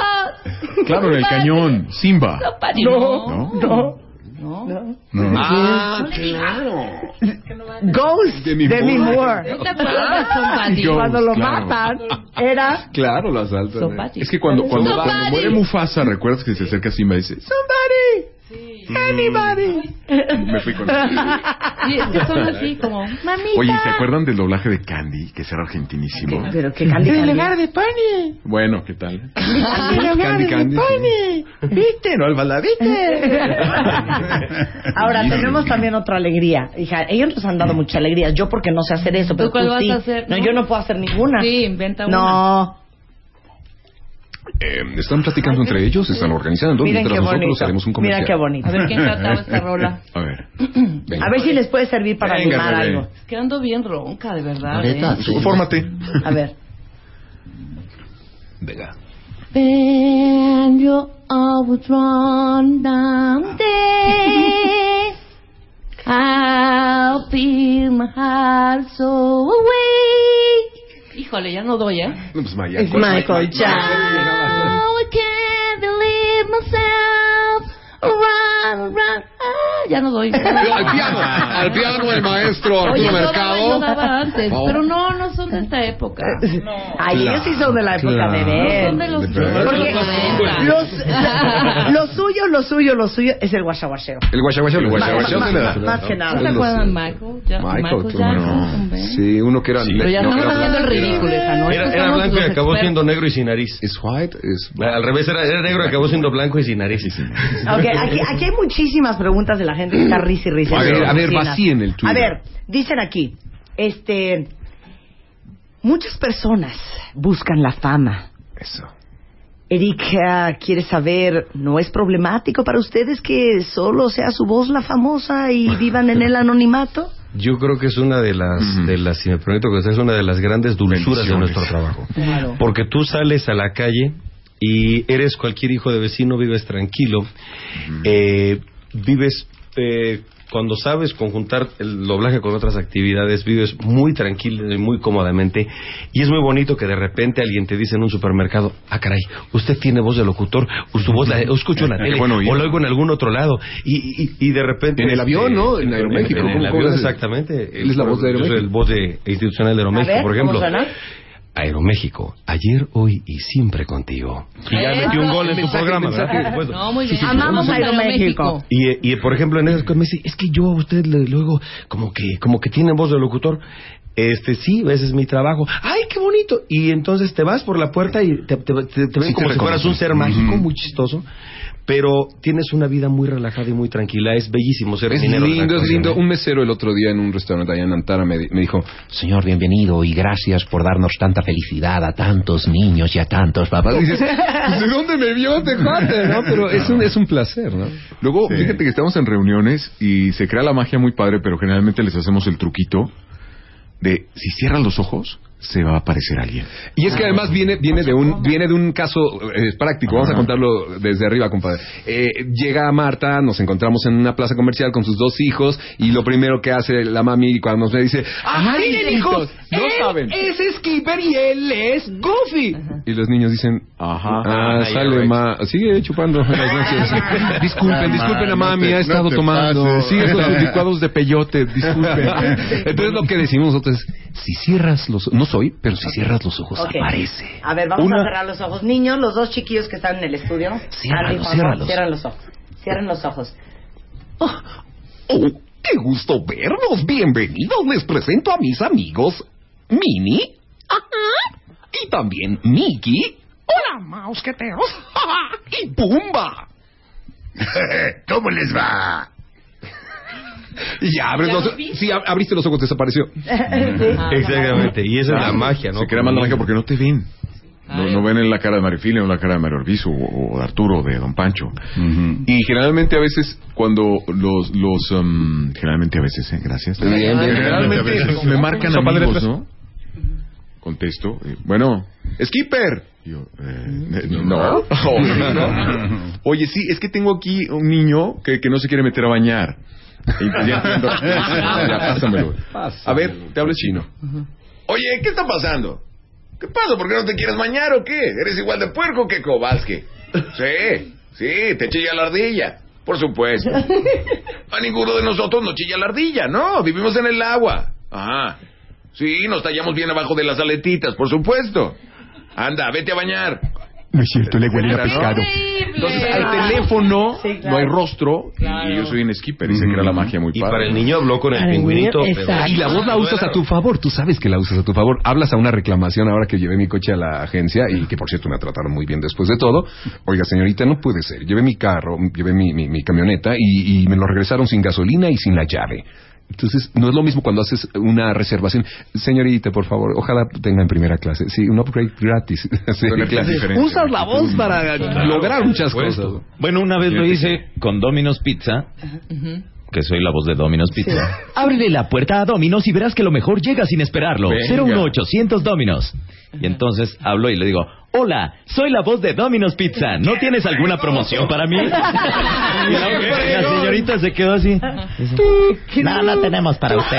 us!
Claro, en el cañón, Simba.
Somebody.
No,
no.
No.
Ah,
claro.
Ghost
Demi
Demi
Moore.
Moore.
¿No te
Ah,
acuerdas de
Somebody?
Cuando lo
Claro.
matan era
Claro, las altas.
eh. Es que cuando, cuando, cuando muere Mufasa, ¿recuerdas que se acerca Simba y dice...
Somebody. Anybody.
Me fui con él.
Sí, es que son así como. Mamita.
Oye, ¿se acuerdan del doblaje de Candy? Que será argentinísimo.
Pero que
Candy
En
Candy.
lugar de Pani.
Bueno, ¿qué tal?
En lugar
Candy
de
Candy,
Pani.
¿Viste? No, Alba, la
Ahora tenemos también otra alegría, hija. Ellos nos han dado muchas alegrías. Yo porque no sé hacer eso, pero
¿Tú cuál
tú
vas
sí.
a hacer?
No, yo no puedo hacer ninguna.
Sí, inventa una.
No.
Eh, están platicando entre ellos, están organizando,
Miren
mientras
qué
nosotros
bonito.
haremos un comercial.
Miren qué bonito. A ver quién cantaba esta rola.
A ver.
A ver si les puede servir para
Venga,
animar
Rebe.
algo.
Es que ando bien ronca, de verdad. ¿eh?
Fórmate.
A ver.
Venga.
And you all was drawn down there. I'll feel my heart so awake.
Híjole, ya no doy, ¿eh?
No, pues Maya.
Es Michael
Now I can't believe myself. Run, run. Ah, ya no doy.
Al piano,
al piano el maestro
Oye,
Arturo
yo daba, yo
Mercado.
daba antes,
Oh.
pero no, no son de esta época.
Ay, ellos sí son de la época
Claro.
de ver.
No son de los De ver.
Porque
noventa.
los, lo suyo, lo suyo, lo suyo es el guachaguachero.
El guachaguachero, el
Ma-
guachaguachero.
ma-
de la-
ma- más que nada.
de
¿Se
los-
acuerdan Michael? Ya-
Michael,
Michael
cómo
Jackson,
no.
¿ven?
Sí, uno que era...
Sí, pero
ya
no,
estamos
era
haciendo el
blanco.
ridículo, hija, ¿no?
Era,
Estos
era
somos
blanco y
los
acabó
expertos.
siendo negro y sin nariz.
Es white, es...
Al revés, era, era negro y acabó siendo blanco y sin nariz.
Ok, aquí, aquí hay muchísimas preguntas de la gente que está risa y risa.
A ver,
en sus
a ver,
oficinas.
vacíen el Twitter.
A ver, dicen aquí, este, Muchas personas buscan la fama. Eso. Eric eh, quiere saber, ¿no es problemático para ustedes que solo sea su voz la famosa y vivan en el anonimato?
Yo creo que es una de las, de las, si me permito que sea, es una de las grandes dulzuras de
Bendiciones.
nuestro trabajo. Porque tú sales a la calle y eres cualquier hijo de vecino, vives tranquilo, eh, vives eh, cuando sabes conjuntar el doblaje con otras actividades, vives muy tranquilo y muy cómodamente. Y es muy bonito que de repente alguien te dice en un supermercado, ah, caray, usted tiene voz de locutor, o su voz la escucho en la
Qué
tele,
bueno oír.
o lo oigo en algún otro lado. Y, y- y de repente...
En el avión, ¿no? En
Aeroméxico.
Aeroméxico,
En, el
¿cómo- cómo
avión,
es?
exactamente.
Él es la voz de
Yo soy
Aeroméxico.
el voz de institucional de Aeroméxico,
A ver,
por
¿cómo
ejemplo.
suena?
Aeroméxico, ayer, hoy y siempre contigo. Y ya
Eso.
metió un gol en tu
Mensaje,
programa,
mensaje.
¿verdad? Por supuesto.
No, muy bien. Amamos Aeroméxico.
Y, eh, y, por ejemplo, en esas cosas me dice, es que yo a usted le luego como que como que tiene voz de locutor. Este, sí, ese es mi trabajo. ¡Ay, qué bonito! Y entonces te vas por la puerta y te, te, te- te ven
Sí, te
como si fueras
reconocen.
un ser
Ujú.
mágico, muy chistoso. Pero tienes una vida muy relajada y muy tranquila. Es bellísimo ser
Es
minero de la
lindo, es
actuación,
lindo.
¿eh?
Un mesero el otro día en un restaurante allá en Antara me, di- me dijo,
Señor, bienvenido y gracias por darnos tanta felicidad a tantos niños y a tantos papás.
Dices, "Pues, ¿de dónde me vio este cuate?", ¿no? Pero es un, es un placer, ¿no?
Luego, fíjate que estamos en reuniones y se crea la magia muy padre, pero generalmente les hacemos el truquito de si cierran los ojos, se va a aparecer alguien.
Y es que además viene, viene de un, viene de un caso eh, práctico, vamos a contarlo desde arriba, compadre. Eh, llega Marta, nos encontramos en una plaza comercial con sus dos hijos, y lo primero que hace la mami cuando nos ve dice, ¡Ay, miren, hijos! No saben.
es Skipper y él es Goofy.
Y los niños dicen, ajá, ah,
Ay,
sale
Rex.
ma, sigue chupando. en las noches. Ah, disculpen, disculpen a mami, ha estado tomando, sí, esos sus licuados de peyote, disculpen. Entonces lo que decimos nosotros es, si cierras los, no soy, pero si cierras los ojos
Ok.
Pues aparece.
A ver, vamos
Una-
a cerrar los ojos. Niños, los dos chiquillos que están en el estudio. Andy, Juanjo,
ciérralos.
Cierran los ojos. Cierran los ojos.
Oh, qué gusto verlos. Bienvenidos. Les presento a mis amigos Mini y también Mickey
Hola, mausqueteos.
y Pumba. ¿Cómo les va?
Y ya abres
¿Ya
los
lo
ojos. Sí, ab- abriste los ojos, desapareció.
Exactamente. Y esa es la
Ah,
magia, ¿no?
Se crea más la magia porque no te ven. No, no ven en la cara de Marifil, en la cara de Mario Orbizu o, o de Arturo, de Don Pancho. Y generalmente a veces cuando los... los um, generalmente a veces, ¿eh? gracias.
Bien, bien, bien.
generalmente a veces me marcan
Son
amigos,
padres.
¿no? Contesto, eh, bueno, Skipper. Yo, eh, eh, no. Oye, sí, es que tengo aquí un niño que, que no se quiere meter a bañar. Y ya entiendo. Ya, pásamelo. A ver, te hablo chino.
Oye, ¿qué está pasando? ¿Qué pasa? ¿Por qué no te quieres bañar o qué? ¿Eres igual de puerco que Kowalski? Sí, sí, te chilla la ardilla. Por supuesto. A ninguno de nosotros nos chilla la ardilla, ¿no? Vivimos en el agua. Ajá. Sí, nos tallamos bien abajo de las aletitas, por supuesto. Anda, vete a bañar.
No es cierto, le huele a
Era, ¿no?
pescado.
Entonces, al teléfono
No hay rostro y yo soy un skipper y se crea la magia muy
Y
padre.
para el niño habló con el Para el pingüinito, niño, pero- exacto.
Y la voz la usas a tu favor, tú sabes que la usas a tu favor. Hablas a una reclamación ahora que llevé mi coche a la agencia y que por cierto me trataron muy bien después de todo. Oiga, señorita, no puede ser. Llevé mi carro, llevé mi, mi- mi camioneta y, y me lo regresaron sin gasolina y sin la llave. Entonces, no es lo mismo cuando haces una reservación. Señorita, por favor, ojalá tenga en primera clase. Sí, un upgrade gratis. Sí.
Una clase diferente.
Usas la voz para lograr muchas
Pues,
cosas.
Bueno, una vez lo hice con Domino's Pizza, que soy la voz de Domino's Pizza. Ábrele la puerta a Domino's y verás que lo mejor llega sin esperarlo.
Venga.
01800 Domino's. Y entonces hablo y le digo, hola, soy la voz de Domino's Pizza. ¿No tienes alguna promoción para mí? Y la, la señorita se quedó así.
No, no tenemos para usted.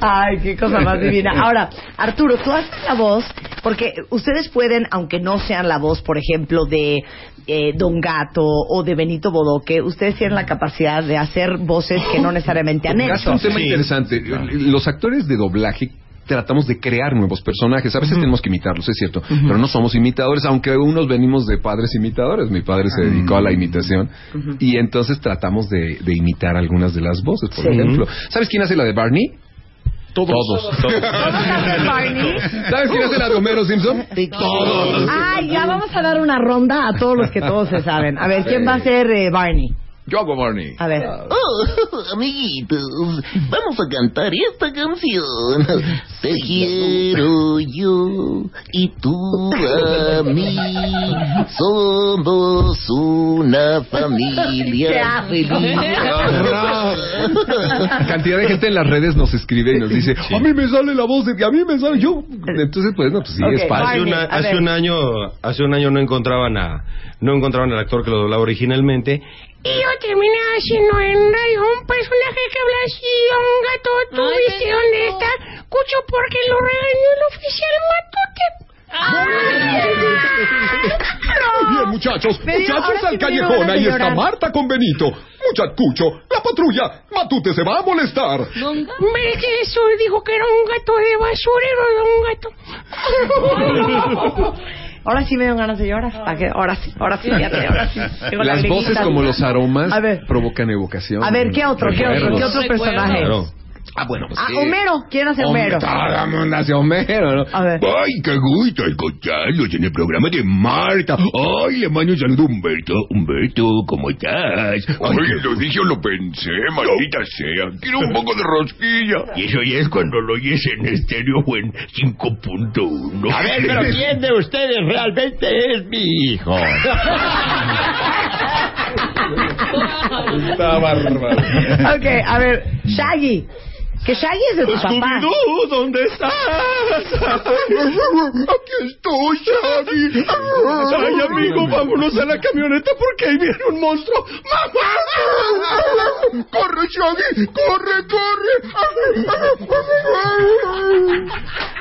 Ay, qué cosa más divina. Ahora, Arturo, tú haces la voz, porque ustedes pueden, aunque no sean la voz, por ejemplo, de eh, Don Gato o de Benito Bodoque, ustedes tienen la capacidad de hacer voces que no necesariamente han
Es
hecho.
un tema interesante. Los actores de doblaje tratamos de crear nuevos personajes. A veces tenemos que imitarlos, es cierto. Pero no somos imitadores, aunque unos venimos de padres imitadores. Mi padre se dedicó a la imitación. Y entonces tratamos de, de imitar algunas de las voces, por
Sí.
ejemplo. ¿Sabes quién hace la de Barney? Todos. Todos. ¿Sabes quién hace la de Homero Simpson? Todos.
Ay, ya vamos a dar una ronda a todos los que todos se saben. A ver, ¿quién va a ser eh, Barney?
Yo hago Barney.
A ver.
Oh, amiguitos, vamos a cantar esta canción. Te quiero yo y tú a mí. Somos una familia feliz.
Cantidad de gente en las redes nos escribe y nos dice, a mí me sale la voz de... A mí me sale yo. Entonces, pues, no, pues sí, es
hace,
fácil.
una- hace un año, hace un año no encontraban a, no encontraban al actor que lo doblaba originalmente.
Y yo terminé haciendo en radio un personaje que habla así, a un gato, ¿tú viste dónde está? Cucho, porque lo regañó el oficial Matute.
Muy bien, muchachos.
Me dio-
muchachos
ahora sí
al
me dio
callejón.
ganas de
Ahí está
llorar.
Marta con Benito. Muchacucho, la patrulla. Matute se va a molestar.
Me que eso dijo que era un gato de basurero, era un gato.
Ahora sí me dio ganas de llorar. ¿Para qué? Ahora sí, ahora sí, ya te- ahora sí. Tengo la
Las voces
liguita.
como los aromas provocan evocación.
A ver, ¿qué otro, qué otro, qué otro
Recuerdos.
personaje?
Claro. Ah, bueno, pues
Ah,
sí.
Homero, ¿quién hace Homero?
Homero. Homero, ¿no?
Ay, qué gusto escucharlos en el programa de Marta. Ay, le mando un saludo a Humberto. Humberto, ¿cómo estás?
Oye, lo dije o lo pensé, maldita sea. Quiero un poco de rosquilla.
Y eso ya es cuando lo oyes en estéreo o en 5.1.
A ver, pero ¿quién de ustedes realmente es mi hijo?
Está bárbaro.
Ok, a ver, Shaggy. Que Shaggy es de tu papá.
¿dónde estás? Aquí estoy, Shaggy. Ay, amigo, vámonos a la camioneta porque ahí viene un monstruo. ¡Mamá! ¡Corre, Shaggy! ¡Corre, corre!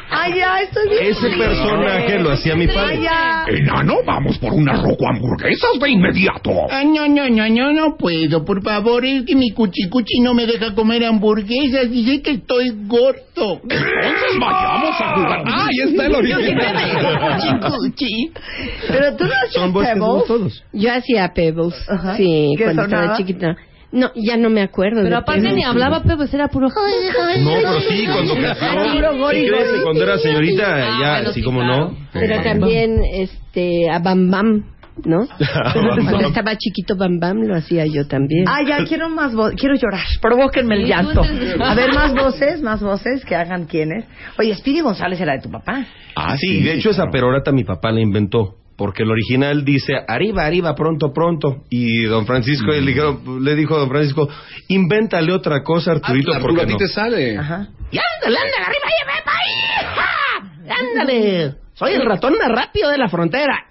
Ay, ya, estoy bien.
Ese
triste.
personaje lo hacía mi
Ay,
padre.
ya.
Enano, vamos por una roco hamburguesas de inmediato.
Ah, no, no, no, no, no puedo. Por favor, es que mi cuchicuchi no me deja comer hamburguesas. Dice que estoy gordo. Entonces
vayamos a jugar. Ah, ahí está el origen. Yo sí me dejo
cuchicuchi.
Pero tú no
Son voces de todos.
Yo hacía Pebbles.
Ajá.
Sí,
¿Qué
cuando
sonaba?
estaba chiquita. No, ya no me acuerdo.
Pero
de
aparte
Pebbles.
ni hablaba Pebbles, era puro...
No, pero sí, cuando
Ah, puro
creció.
gori, gori.
Sí, crece, cuando era señorita,
Ah,
ya,
bueno,
así
sí,
como
claro.
no.
Pero también este, a Bam Bam, ¿no? Cuando estaba chiquito Bam Bam lo hacía yo también.
Ay, ya, quiero más vo- quiero llorar. Provóquenme el
Sí,
llanto.
tú eres-
A ver, más voces, más voces que hagan quiénes. Oye, Speedy González era de tu papá.
Ah, sí, de hecho esa perorata mi papá la inventó. Porque el original dice, arriba, arriba, pronto, pronto. Y don Francisco
Mm.
le, dijeron- le dijo a don Francisco, invéntale otra cosa, Arturito,
Arturo,
porque
a ti
no.
te sale.
Y ándale, ándale, arriba, lleve pa' hija. Ándale. Soy el ratón más rápido de la frontera.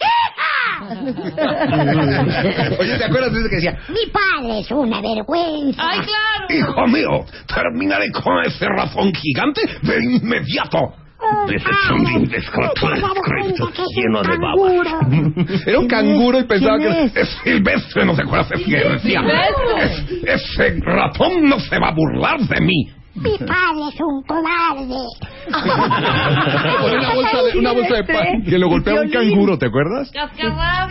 Oye, ¿te acuerdas de eso que decía?
Mi padre es una vergüenza. ¡Ay, claro!
Hijo mío, terminaré con ese razón gigante de inmediato.
lleno de babas.
Era un canguro y pensaba que...
Es Silvestre, no se acuerda, se fiel, decía.
Silvestre.
"Es- ese ratón no se va a burlar de mí.
Mi padre es un cobarde.
Ponía una bolsa de, una bolsa de
este.
pan que lo golpeaba un canguro, ¿te acuerdas?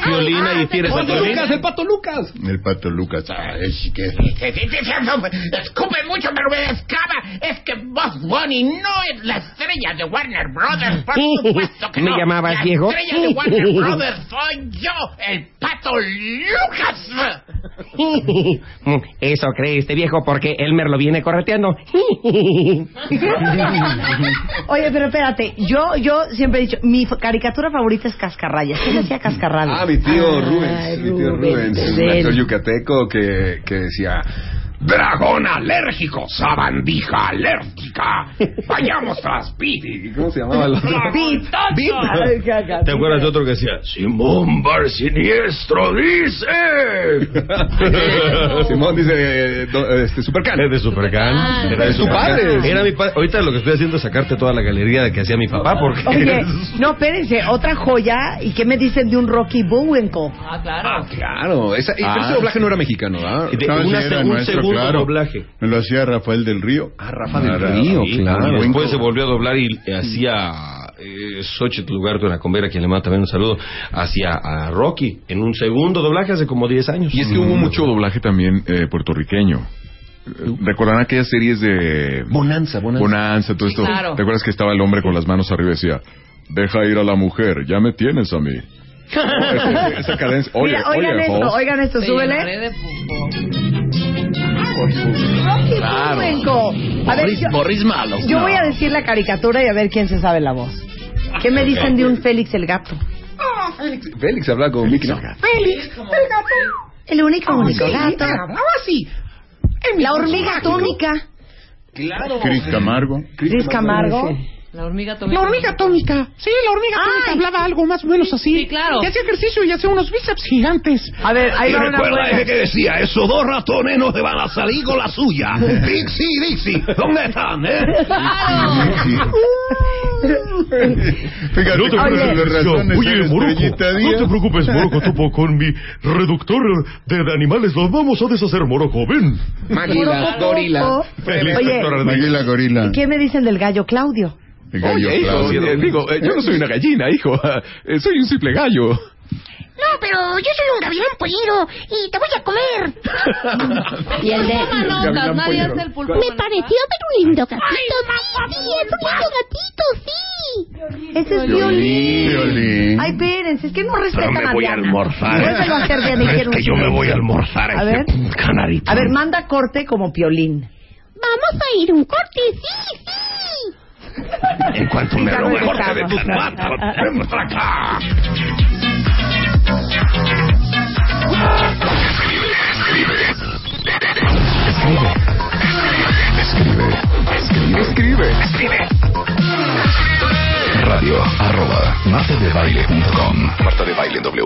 Violina
Ah,
y Fieres
¡Pato
Violina.
Lucas, el Pato Lucas!
El pato Lucas. Ah, es que...
Escupe mucho, pero me descaba. Es que Bob Bunny no es la estrella de Warner Brothers, por supuesto que
¿Me
no.
llamabas
la
viejo?
estrella de Warner Brothers soy yo, el pato Lucas.
Eso cree este viejo porque Elmer lo viene correteando.
Oye, pero espérate, yo yo siempre he dicho, mi f- caricatura favorita es Cascarrayas. ¿Quién hacía Cascarrayas?
Ah, mi tío Rubens, mi tío Rubens, un actor yucateco que, que decía...
Dragón alérgico, sabandija alérgica. Vayamos tras Pidi.
¿Cómo se llamaba el otro?
¿Te acuerdas de otro que decía, Simón Bar Siniestro dice?
Simón dice, eh, do- este, Supercan.
Es de Supercan.
Ah,
Era de
es tu
Supercan.
padre.
Era mi padre. Ahorita lo que estoy haciendo es sacarte toda la galería de que hacía mi papá porque...
Oye, no, espérense, otra joya. ¿Y qué me dicen de un Rocky Bullwinkle?
Ah, claro.
Claro, esa, y- pero
Ah.
ese doblaje no era mexicano, ¿ah? ¿verdad?
No, sí, era nuestro, claro. Me lo hacía Rafael del Río.
Ah, Rafa del Río, claro.
Y después se volvió a doblar y eh, hacía eh, Xochitl Lugarto en la combera, quien le manda también un saludo, hacia a Rocky en un segundo doblaje hace como 10 años. Mm.
Y es que hubo mucho doblaje también eh, puertorriqueño. Eh, ¿Recordarán aquellas series de...
Bonanza, Bonanza.
todo esto.
claro.
¿Te acuerdas que estaba el hombre con las manos arriba y decía, deja ir a la mujer, ya me
Pues
tienes a mí? Esa cadencia... Oye,
Mira, oigan
oye,
esto,
Hoss.
oigan esto, súbele. Rocky Burbenco. A ver,
Morris-
yo-
Morris Malo.
Yo
No.
voy a decir la caricatura y a ver quién se sabe la voz. ¿Qué me dicen de un Félix el gato?
Félix, Félix hablaba como Mickey, ¿no?
Félix, el gato.
El único único
sí,
gato.
Hablaba así. En mi
La
curso
hormiga
mágico,
atómica.
Claro.
Cris Camargo.
Cris Camargo.
La hormiga atómica.
La hormiga atómica. Sí, la hormiga atómica hablaba algo más o menos así. Sí, claro. Y hacía ejercicio y hacía unos bíceps gigantes.
A ver,
y recuerda ese que decía, esos dos ratones no se van a salir con la suya. Dixie, Dixie, ¿dónde están, eh?
Fíjate,
No te
con
preocupes,
las razones
oye,
de la
Moroco,
estrellita
no
Díaz.
te preocupes, Moroco, topo, con mi reductor de, de animales los vamos a deshacer, Moroco, ven.
Máquila, gorila.
Feliz
Oye.
doctor Arnaiz.
Águila gorila.
¿Qué me dicen del gallo Claudio?
El gallo
Oye, hijo,
Claudio.
eh, digo, eh, yo no soy una gallina, hijo. Eh, soy un simple gallo.
No, pero yo soy un gavilán polido y te voy a comer.
Y el de-
Pulpo
Gavilán
nadie
polido.
hace el pulpo Me manonca. pareció ver un lindo gatito. Ay, Sí, sí, es un lindo gatito, sí.
Ese es violín. Ay, espérense, es que no
Pero
respetan
me
a
voy a
Diana.
almorzar.
Vuélvelo a hacer bien y
Es
quiero un
que yo me
chingón.
voy a almorzar
A
a,
ver,
este canarito.
a ver, manda corte como piolín.
Vamos a ir un corte, sí, sí.
en cuanto me
Ya
lo mejor de
regresamos.
tus manos, ven para acá.
Escribe.
Radio arroba martadebaile.com Marta de Baile en W.